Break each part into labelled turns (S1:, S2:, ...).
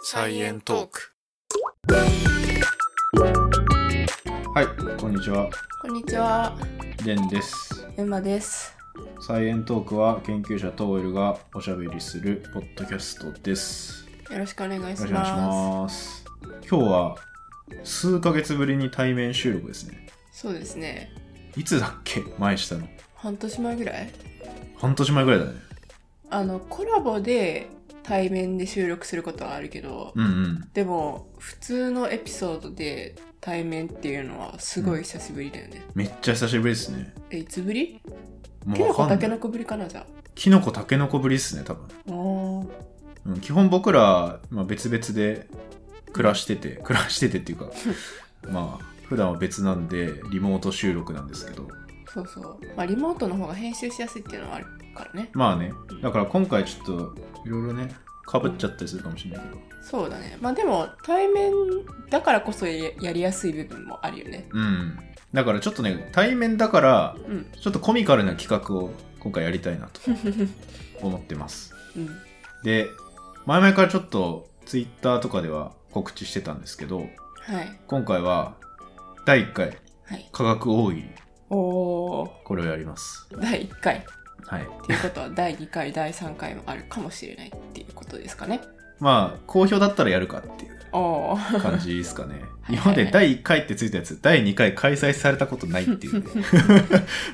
S1: サイエントーク。
S2: はい、こんにちは、
S1: こんにちは、
S2: デンです。
S1: エマです。
S2: サイエントークは研究者トーエルがおしゃべりするポッドキャストです。
S1: よろしくお願いし
S2: よろしくお願いし
S1: ま
S2: ます。今日は数ヶ月ぶりに対面収録ですね。
S1: す。そうですね。
S2: いつだっけ前したの。
S1: 半年前ぐらい
S2: 半年前ぐらいだね。
S1: あの、コラボで対面で収録することはあるけど、
S2: うんうん。
S1: でも、普通のエピソードで対面っていうのはすごい久しぶりだよね。
S2: めっちゃ久しぶりですね。
S1: え、いつぶりキ
S2: もう
S1: ノ
S2: わか
S1: コ
S2: ん
S1: タ
S2: な
S1: ケ
S2: い
S1: ノコぶりかなじゃ
S2: キノコタケノコぶりですね、多分。
S1: あ。おー。
S2: うん、基本僕ら、まあ、別々で暮らしてて暮らしててっていう かまあ普段は別なんでリモート収録なんですけど
S1: そうそう。まあ、リモートの方が編集しやすいっていうのはあるからね。
S2: まあねだから今回ちょっといろいろねかぶっちゃったりするかもしれないけど
S1: そうだね。まあ、でも、対面だからこそややりやすい部分もあるよね。
S2: うんだからちょっとね対面だから
S1: うん。
S2: ちょっとコミカルな企画を今回やりたいなと思ってます
S1: うん。
S2: で前々からちょっとツイッターとかでは告知してたんですけど
S1: はい。
S2: 今回は第1回
S1: はい。
S2: 科学大喜利
S1: おお
S2: これをやります
S1: ー。第1回。
S2: はい
S1: っていうことは、第2回、第3回もあるかもしれないっていうことですかね。
S2: まあ、好評だったらやるかっていう
S1: おお。
S2: 感じですかね
S1: 。はい
S2: 今まで第1回ってついたやつ、第2回開催されたことないっていうね。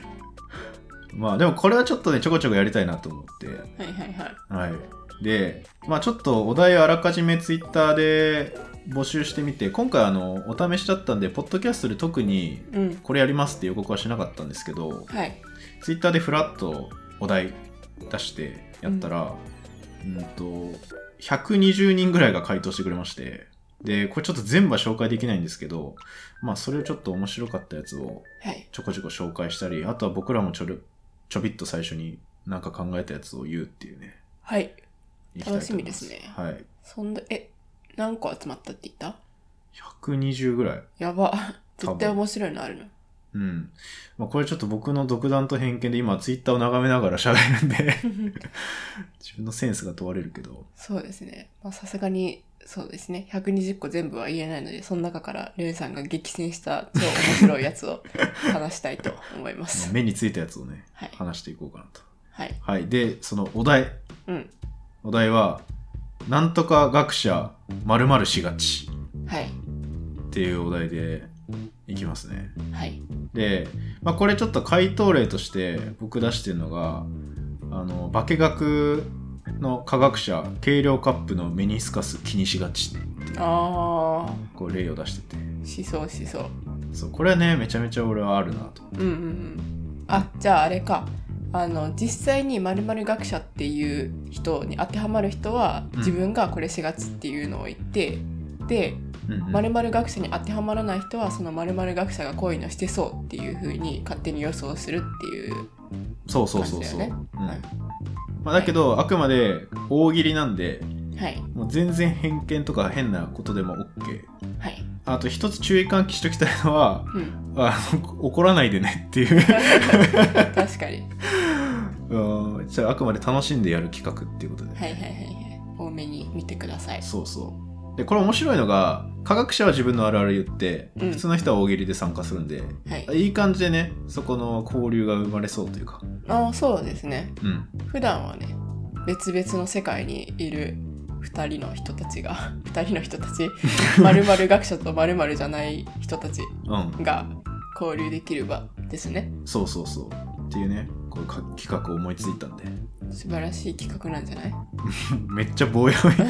S2: まあ、でもこれはちょっとね、ちょこちょこやりたいなと思って。
S1: はいはいはい。
S2: はい。で、まあちょっとお題をあらかじめツイッターで募集してみて、今回あの、お試しだったんで、ポッドキャストで特に
S1: うん。
S2: これやりますって予告はしなかったんですけど、
S1: はい。
S2: ツイッターでフラッとお題出してやったら、うん、と120人ぐらいが回答してくれましてでこれちょっと全部は紹介できないんですけどまあそれをちょっと面白かったやつを
S1: はい。
S2: ちょこちょこ紹介したりあとは僕らもちょるちょびっと最初になんか考えたやつを言うっていうね
S1: はい。
S2: 行きたいと思
S1: 楽
S2: います
S1: しみですね
S2: はい
S1: そんで、え、何個集まったって言った
S2: 120ぐらい
S1: やば。
S2: 多
S1: 絶
S2: 分
S1: 対面白いのあるの。
S2: うん、まあ、これちょっと僕の独断と偏見で今ツイッターを眺めながら喋るんで自分のセンスが問われるけど
S1: そうですね。まあさすがに、そうですね。120個全部は言えないので、その中からレンさんが激戦した超面白いやつを話したいと思いま
S2: まあ
S1: す。
S2: 目についたやつをね
S1: はい。
S2: 話していこうかなと。
S1: はい。
S2: はい。で、そのお題。
S1: うん。
S2: お題は、なんとか学者〇〇しがち
S1: はい。
S2: っていうお題でいきますね。
S1: はい。
S2: で、まあ、これちょっと回答例として僕出してるのが、あの、化学の科学者、軽量カップのメニスカス気にしがちっていう、
S1: ああ、
S2: こう例を出してて。
S1: しそうしそう。
S2: そう、これはね、めちゃめちゃ俺はあるなと。
S1: うんうんうん。あ、じゃああれか。あの実際に〇〇学者っていう人に当てはまる人は
S2: うん
S1: 自分がこれ4月っていうのを言って、で
S2: うんうん
S1: 〇〇学者に当てはまらない人はその〇〇学者がこういうのしてそうっていうふうに勝手に予想するっていう
S2: そうそうそうそ
S1: 感じ
S2: う。
S1: だよね
S2: うん
S1: はい
S2: まあ、だけど、あくまで大喜利なんで、
S1: はい
S2: もう全然偏見とか変なことでも OK
S1: はい
S2: あと一つ注意喚起しときたいのは
S1: うん
S2: あの怒らないでねっていう
S1: 確かに
S2: うんじゃああくまで楽しんでやる企画っていうことで、
S1: はいはいはいはい多めに見てください
S2: そうそうでこれ面白いのが科学者は自分のあるある言って、
S1: うん
S2: 普通の人は大喜利で参加するんで
S1: はい
S2: いい感じでねそこの交流が生まれそうというか
S1: ああそうですね
S2: うん
S1: 普段はね別々の世界にいる2人の人たちが2 人の人た ち〇〇学者と〇〇じゃない人たち
S2: うん
S1: が交流できる場ですね
S2: そうそうそうっていうねこうか企画を思いついたんで
S1: 素晴らしい企画なんじゃない
S2: めっちゃ棒読み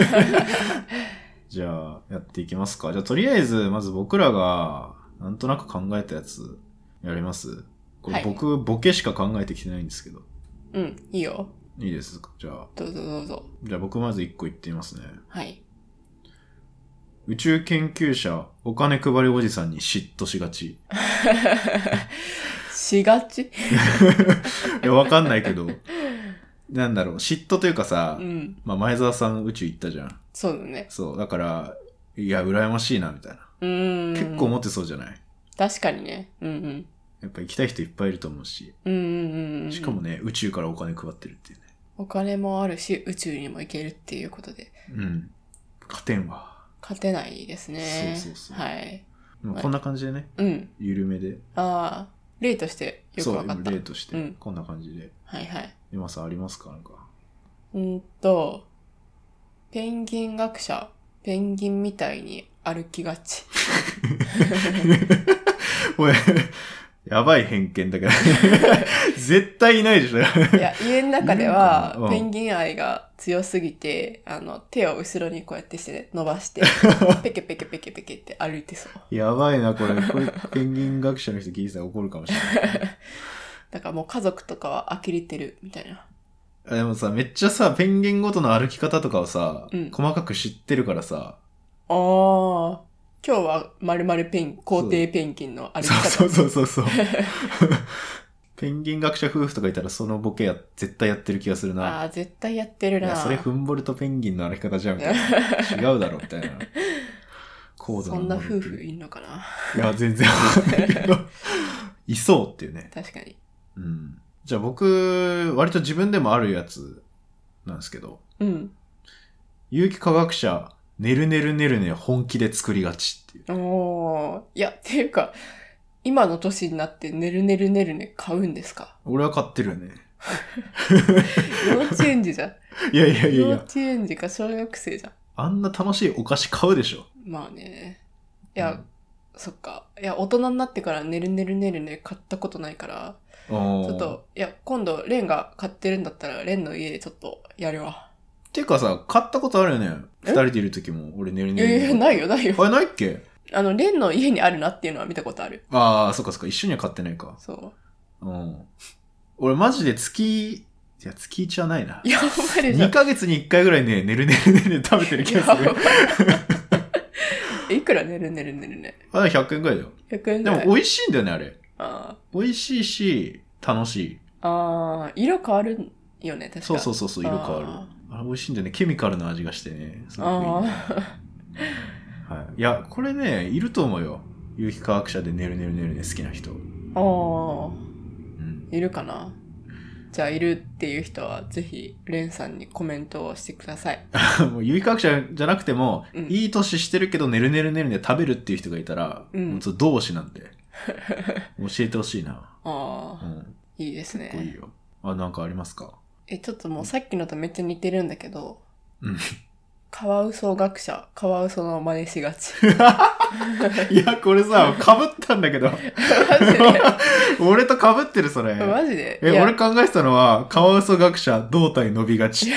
S2: じゃあ、やっていきますか。じゃあ、とりあえず、まず僕らが、なんとなく考えたやつ、やりますこ
S1: は
S2: れ
S1: い
S2: 僕、ボケしか考えてきてないんですけど。
S1: うんいいよ
S2: いいですかじゃあ、
S1: どうぞどうぞ
S2: じゃあ僕まず一個言ってみますね。
S1: はい
S2: 宇宙研究者、お金配りおじさんに嫉妬しがち。
S1: しがち
S2: いや、わかんないけ ど、なんだろう、嫉妬というかさ、
S1: うん
S2: まあ、前澤さん宇宙行ったじゃん。
S1: そうだね
S2: そう、だから、いや、羨ましいな、みたいな。
S1: うーん
S2: 結構持ってそうじゃない
S1: 確かにねうんうん
S2: やっぱ行きたい人いっぱいいると思うし、
S1: うんうんうんうん
S2: しかもね、宇宙からお金配ってるっていうね。
S1: お金もあるし宇宙にも行けるっていうことで
S2: うん。勝てんわ。
S1: 勝てないですね。
S2: そうそうそう
S1: はい。
S2: でもこんな感じでね、
S1: うん。
S2: 緩めで。
S1: ああ、例としてよく
S2: そう、
S1: わかった。
S2: 例とし
S1: う
S2: て
S1: ん、
S2: こんな感じで。
S1: はいはい。
S2: 今さんあります かなんか。
S1: うーんと、ペンギン学者、ペンギンみたいに歩きが ち。
S2: これ、やばい偏見だけど。 絶対いないでしょ。
S1: いや、家の中では
S2: うんうん
S1: ペンギン愛が強すぎて、あの、手を後ろにこうやってしてね、伸ば して、ペケペケペケペケって歩いてそう。
S2: やばいな、これ。これ、ペンギン学者の人聞いてたら怒るかもしれない。
S1: だからもう家族とかは呆れてるみたいな。
S2: あでもさ、めっちゃさ、ペンギンごとの歩き方とかをさ、
S1: うん
S2: 細かく知ってるからさ、
S1: ああ、今日はまるまるペン、皇帝ペンギンの歩き方。
S2: そうそうそうそうそう。 ペンギン学者夫婦とかいたらそのボケや、絶対やってる気がする
S1: あ
S2: な。
S1: あ、絶対やってる
S2: いや、
S1: な。
S2: それフンボルトペンギンの歩き方じゃん、み たいな。違うだろ、みたいな。高度
S1: そんな
S2: もの
S1: 夫婦いんのかない
S2: や、全然わかんないけ ど。いそうっていうね。
S1: 確かに。
S2: うん。じゃあ僕、割と自分でもあるやつなんですけど、
S1: うん。
S2: 有機化学者、ねるねるねるね本気で作りがちっていう。
S1: おー。いや、っていうか、今の年になってねるねるねるね買うんですか
S2: 俺は買ってるよね。
S1: 幼稚園児じゃん。
S2: いやいやいや
S1: 幼
S2: いや、
S1: 稚園児か小学生じゃん。
S2: あんな楽しいお菓子買うでしょ。
S1: まあね。いや、
S2: うん
S1: そっか。いや、大人になってからねるねるねるね買ったことないから、
S2: ちょ
S1: ちょっ。と、いや、今度、レンが買ってるんだったら、レンの家でちょっとやるわ。
S2: ていうかさ、買ったことあるよね。
S1: え
S2: 二人でいる時も、俺ねる
S1: い
S2: ね
S1: や
S2: るね
S1: いや、ないよ、ないよ。
S2: あれないっけ
S1: あの、レンの家にあるなっていうのは見たことある。
S2: ああ、そっかそっか、一緒には買ってないか。
S1: そう。
S2: うん。俺マジで月、いや、月1はないな。
S1: やばいじゃ
S2: 2
S1: ん。
S2: ヶ月に1回ぐらいね、ねるねるねるね食べてる気がす
S1: や
S2: る。
S1: ばいいくら寝る寝る寝るね。
S2: あ、100円ぐらいだよ。
S1: 100円ぐ
S2: で
S1: らい。
S2: も美味しいんだよね、あれ。
S1: あ
S2: 美味しいし、楽しい。
S1: ーあー、色変わるよね、確か
S2: そうそうそうそう、色変わる。
S1: あ
S2: あれ美味しいんだよね。ケミカルな味がしてね。すごくいいね
S1: あ
S2: はい。いや、これね、いると思うよ。有機化学者でねるねるねるね好きな人。う
S1: あー、
S2: ん。
S1: いるかな。じゃあ、いるっていう人は、ぜひ、レンさんにコメントをしてください。
S2: もう有機化学者じゃなくても、
S1: うん
S2: いい年してるけどねるねるねるね食べるっていう人がいたら、
S1: うん
S2: もうちょっと同志なん で。教えてほしいな。
S1: あ
S2: う
S1: あ、
S2: ん。
S1: いいです
S2: 結構いい
S1: ね。
S2: よ。あ、なんかありますか
S1: え、ちょっともうさっきのとめっちゃ似てるんだけど、
S2: うん。
S1: カワウソ学者、カワウソの真似しが ち。
S2: いや、これさ、被ったんだけど。
S1: マジで
S2: 俺と被ってる、そ れ。
S1: マジで
S2: え、
S1: いや
S2: 俺考えてたのは、カワウソ学者、胴体伸びがち。
S1: い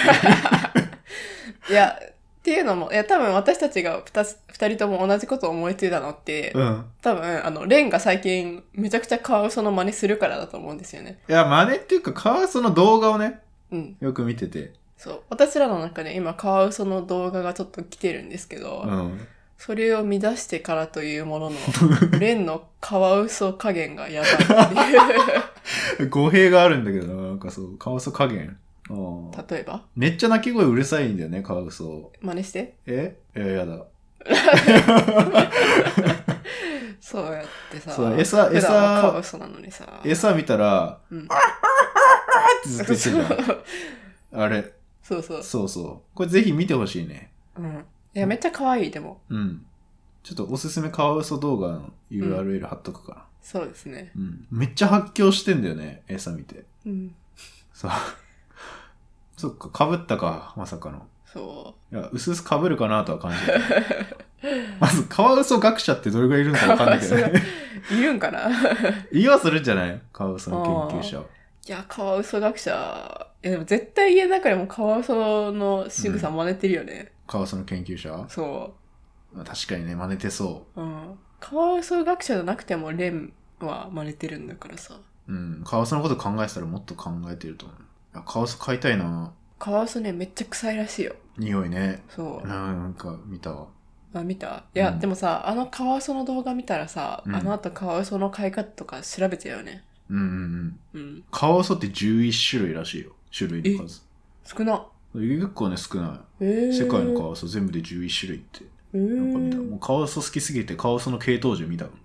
S1: や、っていうのも、いや、多分私たちが二つ二人とも同じことを思いついたのって、
S2: うん。
S1: 多分、あの、レンが最近めちゃくちゃカワウソの真似するからだと思うんですよね。
S2: いや、真似っていうか、カワウソの動画をね、
S1: うん。
S2: よく見てて。
S1: そう。私らの中で今カワウソの動画がちょっと来てるんですけど、
S2: うん。
S1: それを乱してからというもの の、レンのカワウソ加減がやばいってい
S2: 語弊があるんだけどな、なんかそう、カワウソ加減。うん
S1: う。例えば
S2: めっちゃ鳴き声うるさいんだよね、カワウソ。
S1: 真似して。
S2: えいや、やだ。
S1: そうやってさ、
S2: そう餌
S1: 普段は
S2: 餌
S1: カワウソなのにさ。
S2: 餌見たら、
S1: うん
S2: あってずっと言って るじゃん。あれ、
S1: そうそう。
S2: そうそう。これぜひ見てほしいね。
S1: うん。いや、めっちゃ可愛い、でも。
S2: うん。ちょっとおすすめカワウソ動画の URL 貼っとくから。
S1: そうですね。
S2: うん。めっちゃ発狂してんだよね、餌見て。
S1: うん。
S2: そう。 そっか、被ったか、まさかの。
S1: そ
S2: いや、薄々被るかなとは感じ た。まず、カワウソ学者ってどれぐらいいるのかわかんないけど
S1: カワ
S2: ね。
S1: う。いるんかない
S2: 言わするんじゃ ないカワウソの研究者を。
S1: や、カワウソ学者。いや、でも絶対家の中でもカワウソの仕草真似てるよね。
S2: カワウソの研究者
S1: そ。
S2: 確かにね、真似てそう
S1: うん。カワウソ学者じゃなくても、レンは真似てるんだからさ。
S2: う。うん。カワウソのこと考えてたらもっと考えてると思う。いやカワウソ飼いたいな。
S1: カワウソね、めっちゃ臭いらしいよ。
S2: 匂いね。
S1: そう
S2: う。んなんか見たわ。
S1: あ、見たいや、
S2: うん
S1: でもさ、あのカワウソの動画見たらさ、
S2: うん
S1: あの後カワウソの飼い方とか調べちゃうよね。
S2: うんうんうん。
S1: うん。
S2: カワウソって11種類らしいよ。種類の数。
S1: 少な。
S2: 結構ね、少な
S1: え
S2: い。
S1: ー、
S2: 世界のカワウソ全部で11種類って
S1: えー
S2: なんか見たもうカワウソ好きすぎてカワウソの系統樹見たもん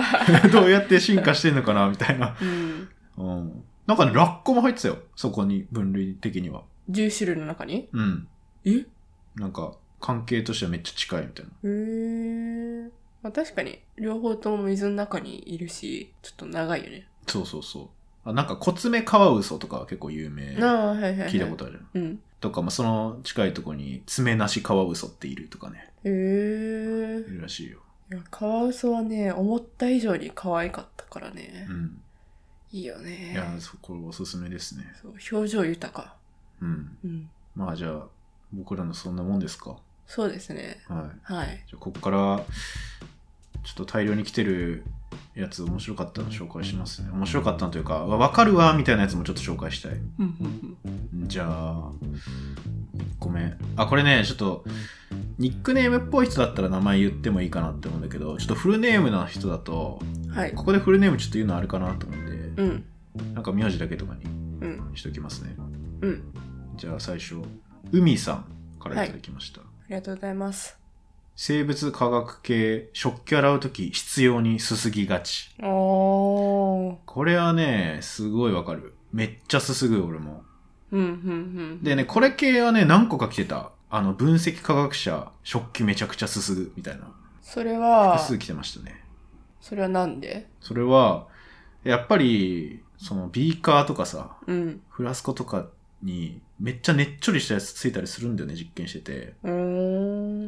S2: どうやって進化してんのかなみたいな、
S1: うん。
S2: うん、なんかねラッコも入ってたよそこに分類的には
S1: 10種類の中に
S2: うん
S1: え
S2: なんか関係としてはめっちゃ近いみたいな。
S1: へーまあ、確かに両方とも水の中にいるしちょっと長いよね、
S2: そうそうそう。あなんか、コツメカワウソとかは結構有名。
S1: ああはいはい、はい、
S2: 聞いたことあるじゃん。
S1: うん
S2: とか、まあ、その近いとこに、爪なしカワウソっているとかね。
S1: へえ
S2: いるらしいよ。
S1: いやカワウソはね思った以上に可愛かったからね
S2: う、ん。
S1: いいよ
S2: い
S1: ね
S2: や、そうこれおすすめですね。
S1: そう表情豊か
S2: うん。
S1: うん
S2: まあ、じゃあ、僕らのそんなもんですか。
S1: そうですね
S2: はい。
S1: はい
S2: じゃあ、ここから、ちょっと大量に来てるやつ、面白かったの紹介しますね。面白かったのというか、わわかるわ、みたいなやつもちょっと紹介したい。
S1: うんうんうん
S2: じゃあ、ごめん。あ、これね、ちょっと、ニックネームっぽい人だったら名前言ってもいいかなって思うんだけど、ちょっとフルネームな人だと、
S1: はい
S2: ここでフルネームちょっと言うのあるかなと思って、
S1: うん
S2: なんか名字だけとかに
S1: うん
S2: しときますね。
S1: うん
S2: じゃあ最初、海さんからいただきました。
S1: ありがとうございます
S2: 生物科学系、食器洗うとき必要にすすぎがち。
S1: あー
S2: これはね、すごいわかる。めっちゃすすぐ、俺も。
S1: うんうんうん
S2: でね、これ系はね、何個か来てた。あの、分析科学者、食器めちゃくちゃすすぐ、みたいな。
S1: それは
S2: 複数来てましたね。
S1: それはなんで
S2: それは、やっぱり、その、ビーカーとかさ、
S1: うん
S2: フラスコとかに、めっちゃねっちょりしたやつついたりするんだよね、実験してて。
S1: うー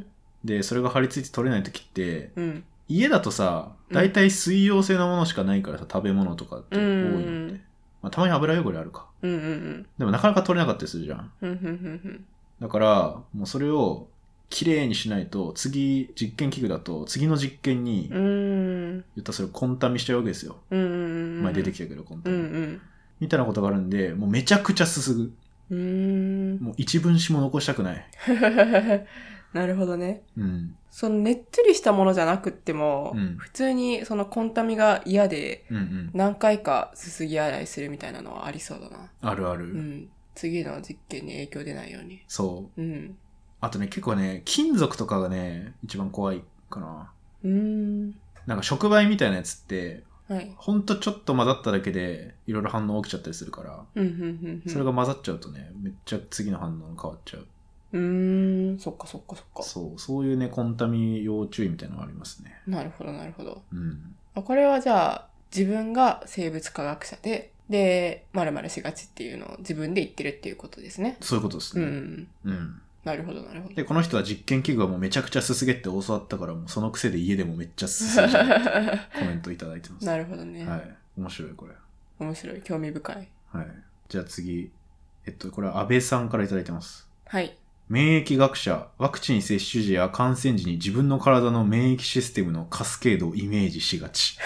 S1: ん
S2: で、それが張り付いて取れない時って、
S1: うん
S2: 家だとさ、
S1: うん
S2: 大体水溶性のものしかないからさ、食べ物とかって
S1: う
S2: 多
S1: ん
S2: い
S1: うん
S2: のって。まあ、たまに油汚れあるか。
S1: うんうん
S2: でもなかなか取れなかったりするじゃん。
S1: うんうんうんうん
S2: だから、もうそれを、綺麗にしないと、次、実験器具だと、次の実験に、
S1: うんうん
S2: 言ったらそれをコンタミしちゃうわけですよ。
S1: うんうん
S2: 前出てき
S1: き
S2: たけど、コンタ
S1: う
S2: ミ。
S1: ん
S2: みたいなことがあるんで、もうめちゃくちゃすすぐ。
S1: うんうーん
S2: もう一分子も残したくない。
S1: なるほどね
S2: うん。
S1: そのねっとりしたものじゃなくっても、
S2: うん
S1: 普通にそのコンタミが嫌で
S2: うんうん。
S1: 何回かすすぎ洗いするみたいなのはありそうだな。
S2: あるある。
S1: うん。次の実験に影響出ないように。
S2: そう。
S1: うん。
S2: あとね、結構ね、金属とかがね、一番怖いかな。
S1: うーん。
S2: なんか触媒みたいなやつって、
S1: はい。
S2: ほんとちょっと混ざっただけで、いろいろ反応起きちゃったりするから、
S1: うん、うん、うん。
S2: それ。が混ざっちゃうとね、めっちゃ次の反応が変わっちゃう。
S1: うーん。そっかそっかそっか。
S2: そう、そういうね、コンタミ要注意みたいなのがありますね。
S1: なるほど、なるほど。
S2: うん。
S1: あこれはじゃあ、自分が生物科学者で、で、〇〇しがちっていうのを自分で言ってるっていうことですね。
S2: そういうことです
S1: う
S2: ね。
S1: ん。
S2: うん。
S1: なるほど、なるほど。
S2: で、この人は実験器具がもうめちゃくちゃすすげって教わったから、もうその癖で家でもめっちゃすすげてるコメントいただいて ま す。
S1: なるほどね。
S2: はい。面白い、これ。
S1: 面白い。興味深い。
S2: はい。じゃあ次。えっと、これは安倍さんからいただいてます。
S1: はい。
S2: 免疫学者、ワクチン接種時や感染時に自分の体の免疫システムのカスケードをイメージしがち。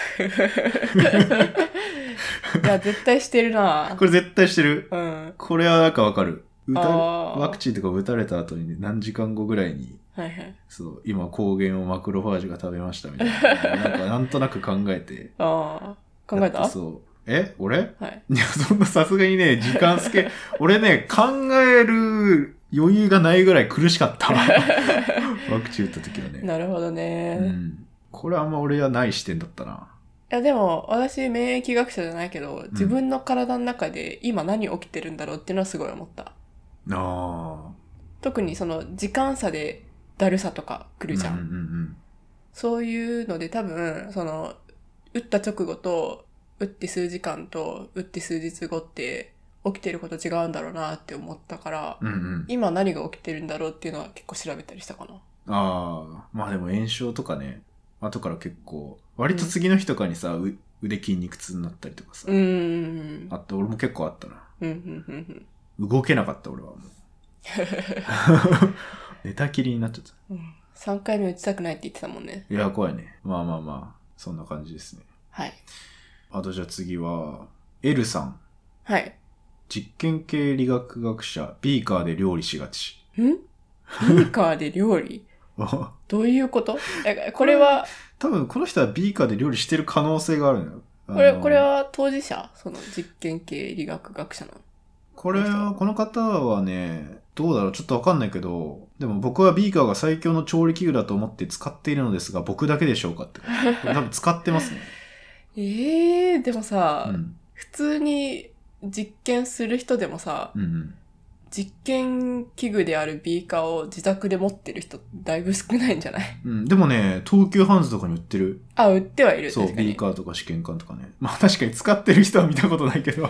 S1: いや、絶対してるな
S2: これ絶対してる。
S1: うん。
S2: これはなんかわかる。打たれ
S1: あー
S2: ワクチンとか打たれた後に、ね、何時間後ぐらいに、
S1: はいはい。
S2: そう、今抗原をマクロファージが食べましたみたい な。なんかなんとなく考えて。
S1: ああ。考え
S2: や
S1: た
S2: ってそう。え俺
S1: はい。
S2: いや、そんなさすがにね、時間すけ、 俺ね、考える余裕がないぐらい苦しかっ た。ワクチン打った時は ね。
S1: なるほどね。
S2: う
S1: い
S2: ん。これあんま俺はない視点だったな。
S1: や、でも、私、免疫学者じゃないけど、自分の体の中で今何起きてるんだろうっていうのはすごい思った。
S2: ああ。
S1: 特にその、時間差でだるさとか来るじゃん。
S2: うんうんうん。
S1: そういうので多分、その、打った直後と、打って数時間と、打って数日後って、起きてること違うんだろうなって思ったから、
S2: うんうん。
S1: 今何が起きてるんだろうっていうのは結構調べたりしたかな。
S2: ああ。まあでも炎症とかね、後から結構、割と次の日とかにさ、う腕筋肉痛になったりとかさ、
S1: うーん。
S2: あって俺も結構あったな。
S1: うん、うん、うん、うん。
S2: 動けなかった俺 はもう。寝たきりになっちゃった。
S1: うん、3回目打ちたくないって言ってたもんね。
S2: いや、怖いね。まあまあまあ、そんな感じですね。
S1: はい。
S2: あとじゃあ次は、L さん。
S1: はい。
S2: 実験系理学学者、ビーカーで料理しが ち。
S1: んビーカーで料理
S2: あ
S1: どういうことだからこれは、
S2: 多分この人はビーカーで料理してる可能性があるのよ。あの
S1: これ、これは当事者その実験系理学学者の。
S2: これは、この方はね、どうだろうちょっとわかんないけど、でも僕はビーカーが最強の調理器具だと思って使っているのですが、僕だけでしょうか って。これ多分使ってますね。
S1: ええー、でも
S2: う
S1: さ、
S2: ん。
S1: 普通に実験する人でもさ、
S2: うんうん。
S1: 実験器具であるビーカーを自宅で持ってる人、だいぶ少ないんじゃない
S2: うん、でもね、東急ハンズとかに売ってる。
S1: あ、売ってはいる。
S2: そう、
S1: 確か
S2: ビ
S1: に
S2: ー。カーとか試験管とかね。まあ確かに使ってる人は見たことない けど、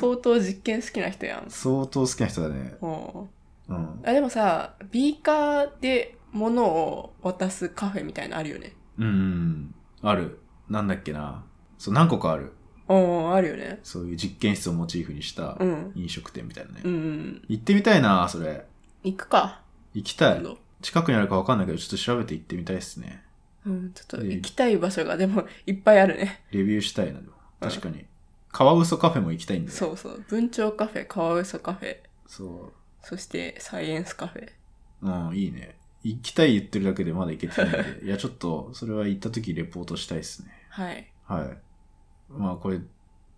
S1: 相当実験好きな人やん。
S2: 相当好きな人だね。
S1: うん
S2: うん。
S1: あでもさ、ビーカーで物を渡すカフェみたいなのあるよね。
S2: うんうん、ある。なんだっけな。そう、何個かある。
S1: うん、あるよね。
S2: そういう実験室をモチーフにした
S1: うん。
S2: 飲食店みたいなね。
S1: うんうん。
S2: 行ってみたいな、それ。
S1: 行くか。
S2: 行きた
S1: 今
S2: い。
S1: 度
S2: 近くにあるか分かんないけど、ちょっと調べて行ってみたいですね。
S1: うん、ちょっと行きたい場所がでもいっぱいあるね。
S2: レビューしたいな、でも。確かに。カワウソカフェも行きたいんだよ。
S1: そうそう。文鳥カフェ、カワウソカフェ、
S2: そ
S1: そしてサイエンスカフェ。
S2: う。うん、いいね。行きたい言ってるだけでまだ行けてないん で。いや、ちょっと、それは行った時レポートしたいですね。
S1: はい。
S2: はい。まあ、これ、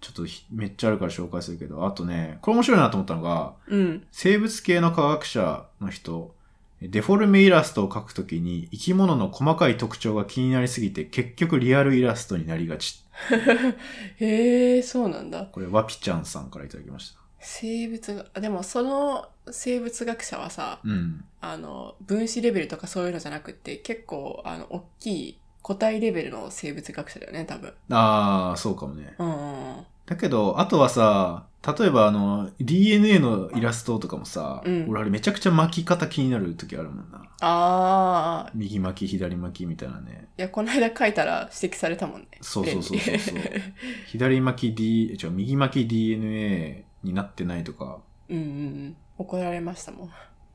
S2: ちょっとひめっちゃあるから紹介するけど、あとね、これ面白いなと思ったのが、
S1: うん。
S2: 生物系の科学者の人、デフォルメイラストを描くときに生き物の細かい特徴が気になりすぎて結局リアルイラストになりがち。
S1: へえ、そうなんだ。
S2: これワピちゃんさんからいただきました。
S1: 生物が、あでもその生物学者はさ、
S2: うん。
S1: あの、分子レベルとかそういうのじゃなくって、結構、あの、大きい個体レベルの生物学者だよね、多分。
S2: ああ、そうかもね。
S1: うんうん
S2: だけど、あとはさ、例えばあの、DNA のイラストとかもさ、
S1: うん
S2: 俺あれめちゃくちゃ巻き方気になる時あるもんな。
S1: ああ、
S2: 右巻き、左巻きみたいなね。
S1: いや、この間書いたら指摘されたもんね。
S2: そうそうそうそうそう
S1: レンジ
S2: 左巻き D、違う、右巻き DNA になってないとか、
S1: うんうんうん。怒られましたもん。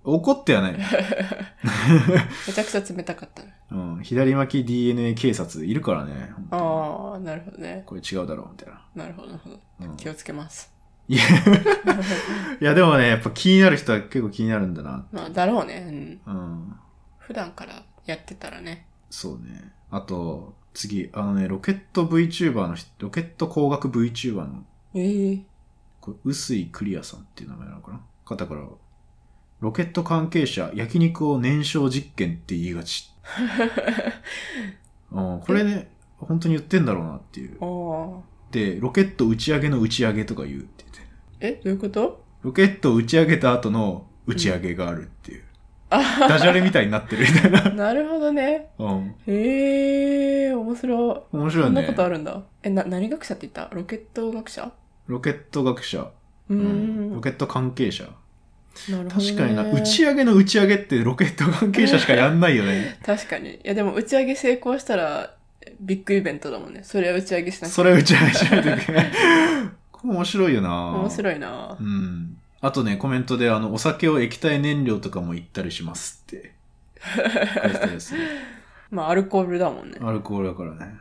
S2: 怒ってはない。
S1: めちゃくちゃ冷たかったね。
S2: うん、左巻き DNA 警察いるからね。本当に
S1: ああ、なるほどね。
S2: これ違うだろうみたいな。
S1: なるほど、なるほど。
S2: うん
S1: 気をつけます。
S2: いやいや、でもね、やっぱ気になる人は結構気になるんだな。
S1: まあ、だろうね。うん。
S2: うん。
S1: 普段からやってたらね。
S2: そうね。あと、次、あのね、ロケット VTuber の人、ロケット工学 VTuber の、
S1: ええ
S2: これ、薄井クリアさんっていう名前なのかな方から、ロケット関係者、焼肉を燃焼実験って言い がち。うん、これね、本当に言ってんだろうなっていう。
S1: ああ。
S2: で、ロケット打ち上げの打ち上げとか言うって言って。
S1: え、どういうこと
S2: ロケットを打ち上げた後の打ち上げがあるっていう。
S1: あ
S2: ダジャレみたいになってるみたい な。
S1: なるほどね。
S2: うん。
S1: へえ、面白い。
S2: 面白
S1: そ
S2: い
S1: んなことあ
S2: ね。
S1: るんだ。え、な、何学者って言ったロケット学者
S2: ロケット学者、
S1: うー
S2: うん
S1: ん。
S2: ロケット関係者。
S1: なるほど、ね。
S2: 確かにな、打ち上げの打ち上げってロケット関係者しかやんない よね。
S1: 確かに。いや、でも打ち上げ成功したら、ビッグイベントだもんね。それは打ち上げしなきゃ。
S2: それ打ち上げしないといけない。これ面白いよな
S1: 面
S2: い。
S1: 白いな
S2: うん。あとね、コメントで、あの、お酒を液体燃料とかも言ったりします って。書いてたやつね
S1: まあ、アルコールだもんね。
S2: アルコールだからね。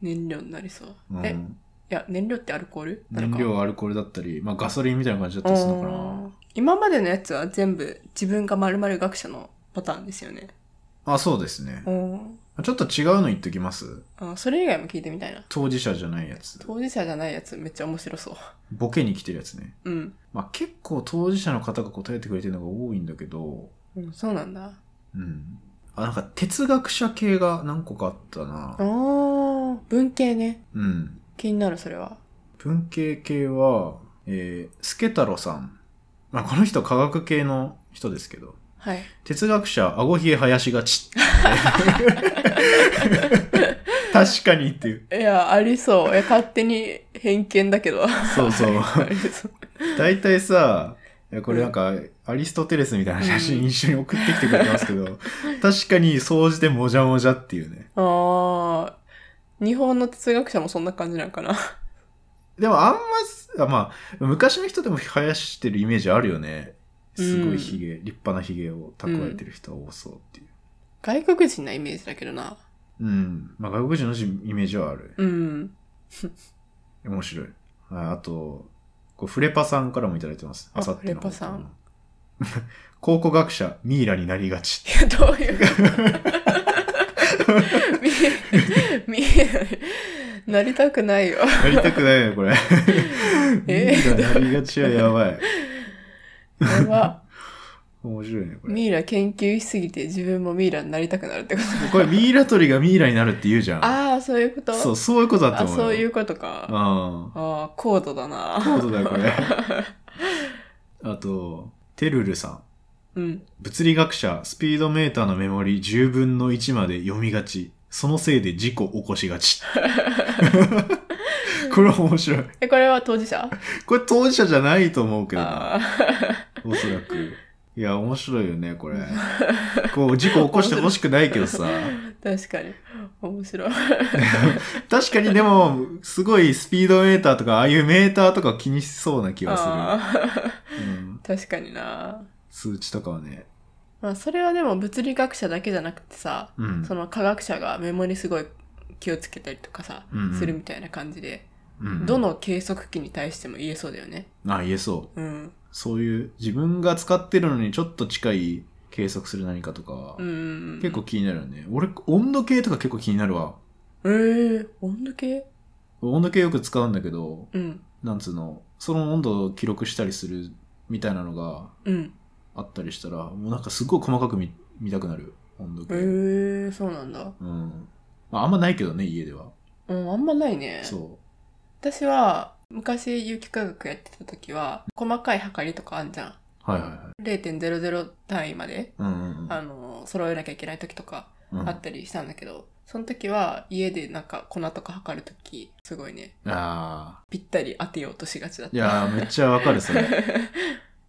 S1: 燃料になりそう。
S2: う
S1: え、い
S2: ん、
S1: や、燃料ってアルコールなの
S2: 燃
S1: か
S2: 料はアルコールだったり、まあガソリンみたいな感じだっ
S1: う
S2: たりするのかな
S1: ー。ん今までのやつは全部自分がまるまる学者のパターンですよね。
S2: あ、そうですね
S1: う。ん。
S2: ちょっと違うの言っときます。
S1: あそれ以外も聞いてみたいな。
S2: 当事者じゃないやつ。
S1: 当事者じゃないやつめっちゃ面白そう。
S2: ボケに来てるやつね。
S1: うん。
S2: まあ結構当事者の方が答えてくれてるのが多いんだけど、
S1: うん、そうなんだ。
S2: うん。あ、なんか哲学者系が何個かあったな
S1: あ。ー、文系ね。
S2: うん。
S1: 気になる、それは。
S2: 文系系は、えー、スケ太郎さん。まあこの人科学系の人ですけど、
S1: はい。
S2: 哲学者、顎ひげ生やしがち。 確かにっていう。
S1: いや、ありそう。え、勝手に偏見だけど。
S2: そうそう。
S1: ありそう。
S2: 大体さ、いやこれなんか、アリストテレスみたいな写真一緒に送ってきてくれてますけど、確かに総じてもじゃもじゃっていうね。
S1: あー、日本の哲学者もそんな感じなんかな。
S2: でもあんま、あまあ、昔の人でも生やしてるイメージあるよね。すごいヒゲ、立派なヒゲを蓄えてる人は多そうっていう。
S1: 外国人なイメージだけどな。
S2: うん。まあ外国人の人イメージはある。
S1: うん。
S2: 面白い。ああと、こうフレパさんからもいただいてます。
S1: あ
S2: 明後日の
S1: フレパさん。
S2: 考古学者、ミイラになりがち。
S1: いや、どういう見見えない。なりたくないよ。
S2: やりたくな いよ、これ。
S1: え
S2: ミイラなりがちはやばい。
S1: やば。
S2: 面白いね、これ。
S1: ミイラ研究しすぎて自分もミイラになりたくなるってこと。
S2: これミイラ取りがミイラになるって言うじゃん。
S1: ああ、そういうこと
S2: そう、そういうことだと
S1: あ、
S2: 思うよ。。
S1: そういううことか。
S2: ん。
S1: ああ、高度だな。
S2: 高度だよ、これ。 あと、てるるさ ん。
S1: うん。
S2: 物理学者、スピードメーターのメモリ10分の1まで読みがち。そのせいで事故起こし がち。これ面白い。
S1: え、これは当事者
S2: これ当事者じゃないと思うけどな、
S1: あ
S2: おそらく。いや、面白いよね、こ れ。こう、事故起こしてほしくないけどさ。
S1: あ、確かに。面白い。
S2: 確かにでも、すごいスピードメーターとか、ああいうメーターとか気にしそうな気が
S1: あ
S2: する。うん
S1: ー 確かにな。
S2: 数値とかはね。
S1: まあ、それはでも物理学者だけじゃなくてさ、
S2: うん。
S1: その科学者がメモにすごい気をつけたりとかさ、
S2: うんうん
S1: するみたいな感じで、
S2: うん
S1: どの計測器に対しても言えそうだよね。
S2: あ、言えそう。
S1: うん。
S2: そういう自分が使ってるのにちょっと近い計測する何かとかは
S1: うんうんうん。
S2: 結構。気になるよね。俺、温度計とか結構気になるわ。
S1: えー、温度計
S2: 温度計よく使うんだけど、
S1: うん。
S2: なんつうの、その温度を記録したりするみたいなのが
S1: うん。
S2: あったりしたら、もうなんかすごい細かく見見たくなる。温度
S1: え
S2: 計。
S1: ー、そうなんだ。
S2: うん。まあ、あんまないけどね、家では。
S1: うん、あんまないね。
S2: そ
S1: 私は、昔有機化学やってた時は、細かい測りとかあんじゃん。
S2: う。はいはいはい。
S1: 0.00単位まで、
S2: うんうん
S1: あの、揃えなきゃいけない時とか
S2: うん。
S1: あったりしたんだけど、その時は家でなんか粉とか測る時、すごいね、
S2: あ
S1: ぴったり当てようとしがちだっ
S2: ー。
S1: た。
S2: いやー、めっちゃわかる、それ。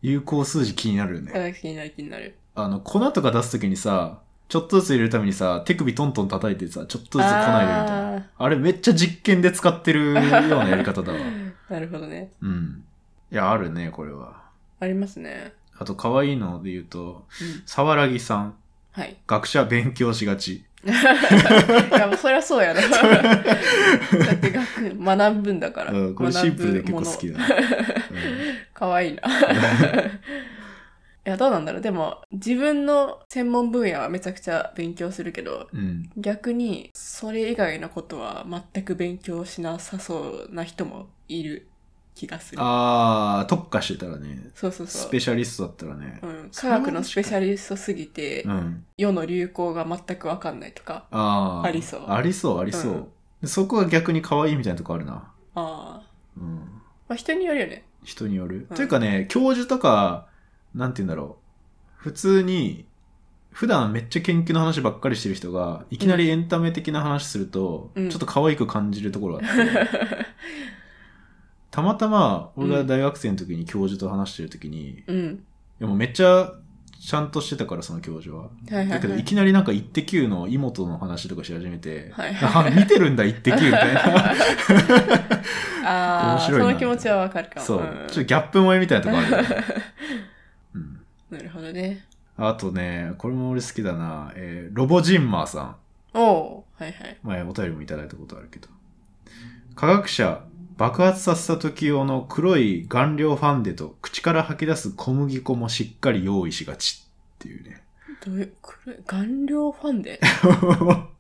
S2: 有効数字気になるよね。
S1: 気 になる気になる。
S2: あの、粉とか出すときにさ、ちょっとずつ入れるためにさ、手首トントン叩いてさ、ちょっとずつ粉入れるみたいな。
S1: あ
S2: あれめっちゃ実験で使ってるようなやり 方だわ。
S1: ーなるほどね。
S2: うん。いや、あるね、これは。
S1: ありますね。
S2: あと、可愛いので言うと、
S1: うん。
S2: さわらぎさん、
S1: はい。
S2: 学者勉強し がち。
S1: いや、もうそりゃ そうやな。だって学、学ぶんだから。
S2: うん、これシンプルで結構好きだ、ね。
S1: かわいいな。いや、どうなんだろう。でも、自分の専門分野はめちゃくちゃ勉強するけど、
S2: うんうん。
S1: 逆に、それ以外のことは全く勉強しなさそうな人もいる気がする。
S2: あー、特化してたらね、
S1: そうそうそ
S2: ス
S1: う
S2: ペ。シャリストだったらね
S1: う。ん、科学のスペシャリストすぎて、
S2: うん。
S1: 世の流行が全くわかんないとか。
S2: あー。
S1: ありそう
S2: ありそう、ありそう。
S1: うん
S2: でそこが逆に可愛いみたいなとこあるな。
S1: ああ。
S2: うん。
S1: まあ人によるよね。
S2: 人による。
S1: うん
S2: というかね、教授とか、なんて言うんだろう。普通に、普段めっちゃ研究の話ばっかりしてる人が、いきなりエンタメ的な話すると、
S1: うん
S2: ちょっと可愛く感じるところがあって、 たまたま、俺が大学生の時に教授と話してる時に、い
S1: うん。
S2: やもうめっちゃ、ちゃんとしてたから、その教授は。
S1: はいはいはい
S2: だけど、いきなりなんか、イッテ Q の妹の話とかし始めて、
S1: はい
S2: あ、見てるんだ、イッテ Q み たいな。
S1: ああ、
S2: 面
S1: そ
S2: 白いな
S1: の気持ちはわかるかも。
S2: そう。
S1: ん
S2: ちょっとギャップ萌えみたいなとこあるよ ね。うん
S1: なるほどね。
S2: あとね、これも俺好きだな。えーロボジンマーさん。
S1: おうはいはい。
S2: 前お便りもいただいたことあるけど。科学者、爆発させた時用の黒い顔料ファンデと口から吐き出す小麦粉もしっかり用意しがちっていうね。
S1: どういう、これ、顔料ファンデ
S2: いや、こ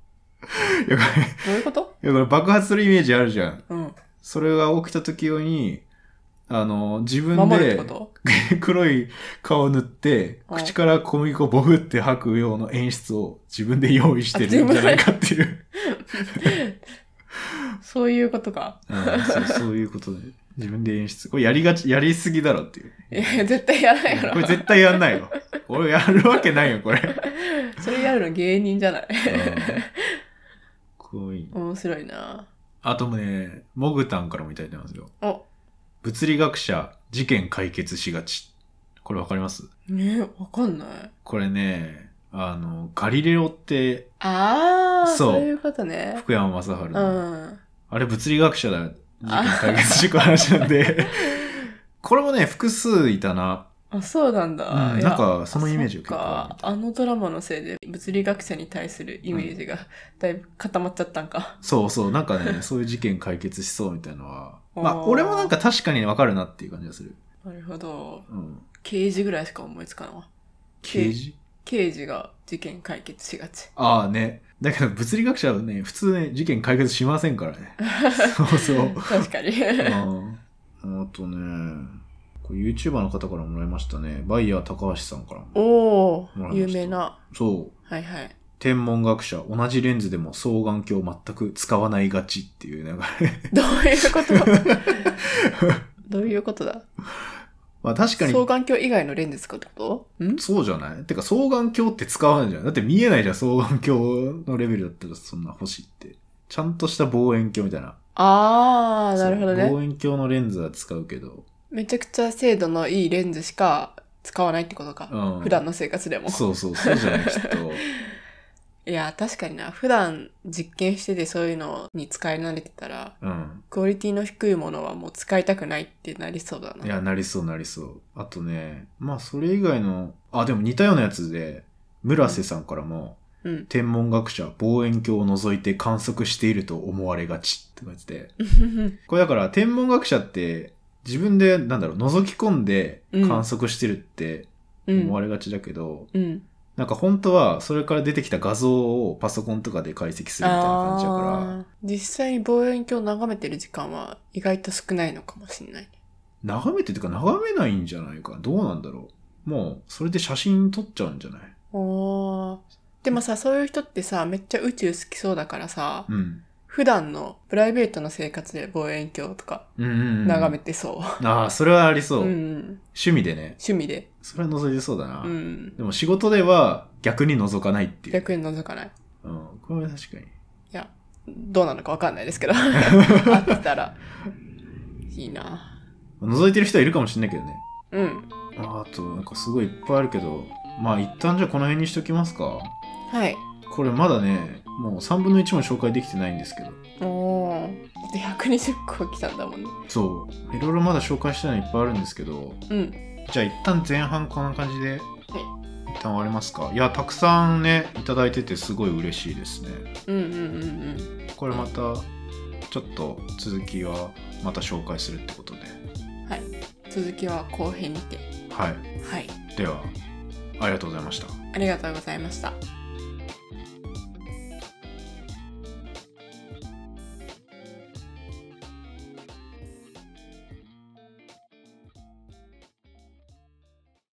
S2: れ、
S1: ど
S2: い
S1: ういうこと
S2: やこれ爆発するイメージあるじゃん。
S1: うん。
S2: それが起きた時用に、あの、自分
S1: 守るって
S2: で
S1: こと
S2: 黒い顔を塗って、
S1: うん
S2: 口から小麦粉をボフって吐く用の演出を自分で用意してるんじゃないかっていう。
S1: そういうことか。
S2: うんそう そういうことで。自分で演出。これやりがち、やりすぎだろっていう。
S1: いや、 絶対やらないから。
S2: これ絶対やんないよ。俺やるわけないよ、これ。う ん
S1: それやるの芸人じゃない。
S2: こういい
S1: 面白いな
S2: あともね、モグタンからもいただいてますよ。
S1: お、
S2: 物理学者、事件解決しがち。これわかります
S1: ねえ、わかんない。
S2: これね、あの、ガリレオって
S1: あー、
S2: そう
S1: そういうことね。
S2: 福山雅治
S1: う
S2: の、
S1: ん。
S2: あれ物理学者だ。事件解決していく話な んで。これもね、複数いたな。
S1: あ、そうなんだ。
S2: うん
S1: いや
S2: なんかそのイメージが
S1: そっ
S2: 結構あるみ
S1: か。あのドラマのせいで物理学者に対するイメージがだいぶ固まっちゃったんか。
S2: そうそう、なんかね、そういう事件解決しそうみたいなのは、
S1: おー
S2: まあ、俺もなんか確かにわかるなっていう感じがする。
S1: なるほど。
S2: うん。
S1: 刑事ぐらいしか思いつかないわ。
S2: 刑事
S1: 刑事が事件解決しがち。
S2: ああね。だけど、物理学者はね、普通ね、事件解決しませんからね。そうそう。
S1: 確かに。
S2: うんあとね、これ YouTuber の方からもらいましたね。バイヤー高橋さんからも。
S1: お
S2: もら
S1: ー、
S2: いま
S1: 有
S2: した
S1: 名な。
S2: そう。
S1: はいはい。
S2: 天文学者、同じレンズでも双眼鏡を全く使わないがちって いう、なんか、
S1: どういうことどういうことだ
S2: まあ確かに、
S1: 双眼鏡以外のレンズ使うってことん
S2: そうじゃないてか双眼鏡って使わないじゃん。だって見えないじゃん、双眼鏡のレベルだったらそんな星って。ちゃんとした望遠鏡みたいな。
S1: あー、なるほど
S2: そう
S1: ね。
S2: 望遠鏡のレンズは使うけど。
S1: めちゃくちゃ精度のいいレンズしか使わないってことか。
S2: うん。
S1: 普段の生活でも。
S2: そうそう、そうじゃない、きっと。
S1: いや、確かにな。普段実験しててそういうのに使い慣れてたら、
S2: うん。
S1: クオリティの低いものはもう使いたくないってなりそうだな。
S2: いや、なりそう、なりそう。あとね、まあそれ以外の、あ、でも似たようなやつで、村瀬さんからも、
S1: うん。
S2: 天文学者、望遠鏡を除いて観測していると思われがちって書いてて。これだから天文学者って自分でなんだろう覗き込んで観測してるって
S1: う
S2: 思わ
S1: ん。
S2: れがちだけど、
S1: うん。
S2: なんか本当はそれから出てきた画像をパソコンとかで解析するみたいな感じだから
S1: あー実際に望遠鏡を眺めてる時間は意外と少ないのかもしれない。
S2: 眺めてとか眺めないんじゃないかどうなんだろうもうそれで写真撮っちゃうんじゃない
S1: おーでもさ、そういう人ってさ、めっちゃ宇宙好きそうだからさ、
S2: うん
S1: 普段のプライベートの生活で望遠鏡とか
S2: うんうんうん
S1: 眺めてそ。
S2: ああそれはありそうう、
S1: うん。
S2: 趣味でね
S1: 趣味で。
S2: それは覗いてそうだな、
S1: うん。
S2: でも仕事では逆に覗かないっていう
S1: 逆に覗かない。
S2: うんこれは確かに
S1: どうなのかわかんないですけ ど。あったら。いいな。
S2: 覗いてる人はいるかもしれないけどね
S1: うん。
S2: あとなんかすごいいっぱいあるけどまあ一旦じゃあこの辺にしときますか
S1: はい。
S2: これまだねもう3分の1も紹介できてないんですけど
S1: おーで120個来たんだもんね。
S2: そういろいろまだ紹介してないのいっぱいあるんですけど
S1: うん。
S2: じゃあ一旦前半こんな感じで一旦終わりますかいやたくさんねいただいててすごい嬉しいですね
S1: うんうんうん
S2: これまたちょっと続きはまた紹介するってことで
S1: うん。はい。続きは後編にて。
S2: は
S1: はい。
S2: いではありがとうございました
S1: ありがとうございました。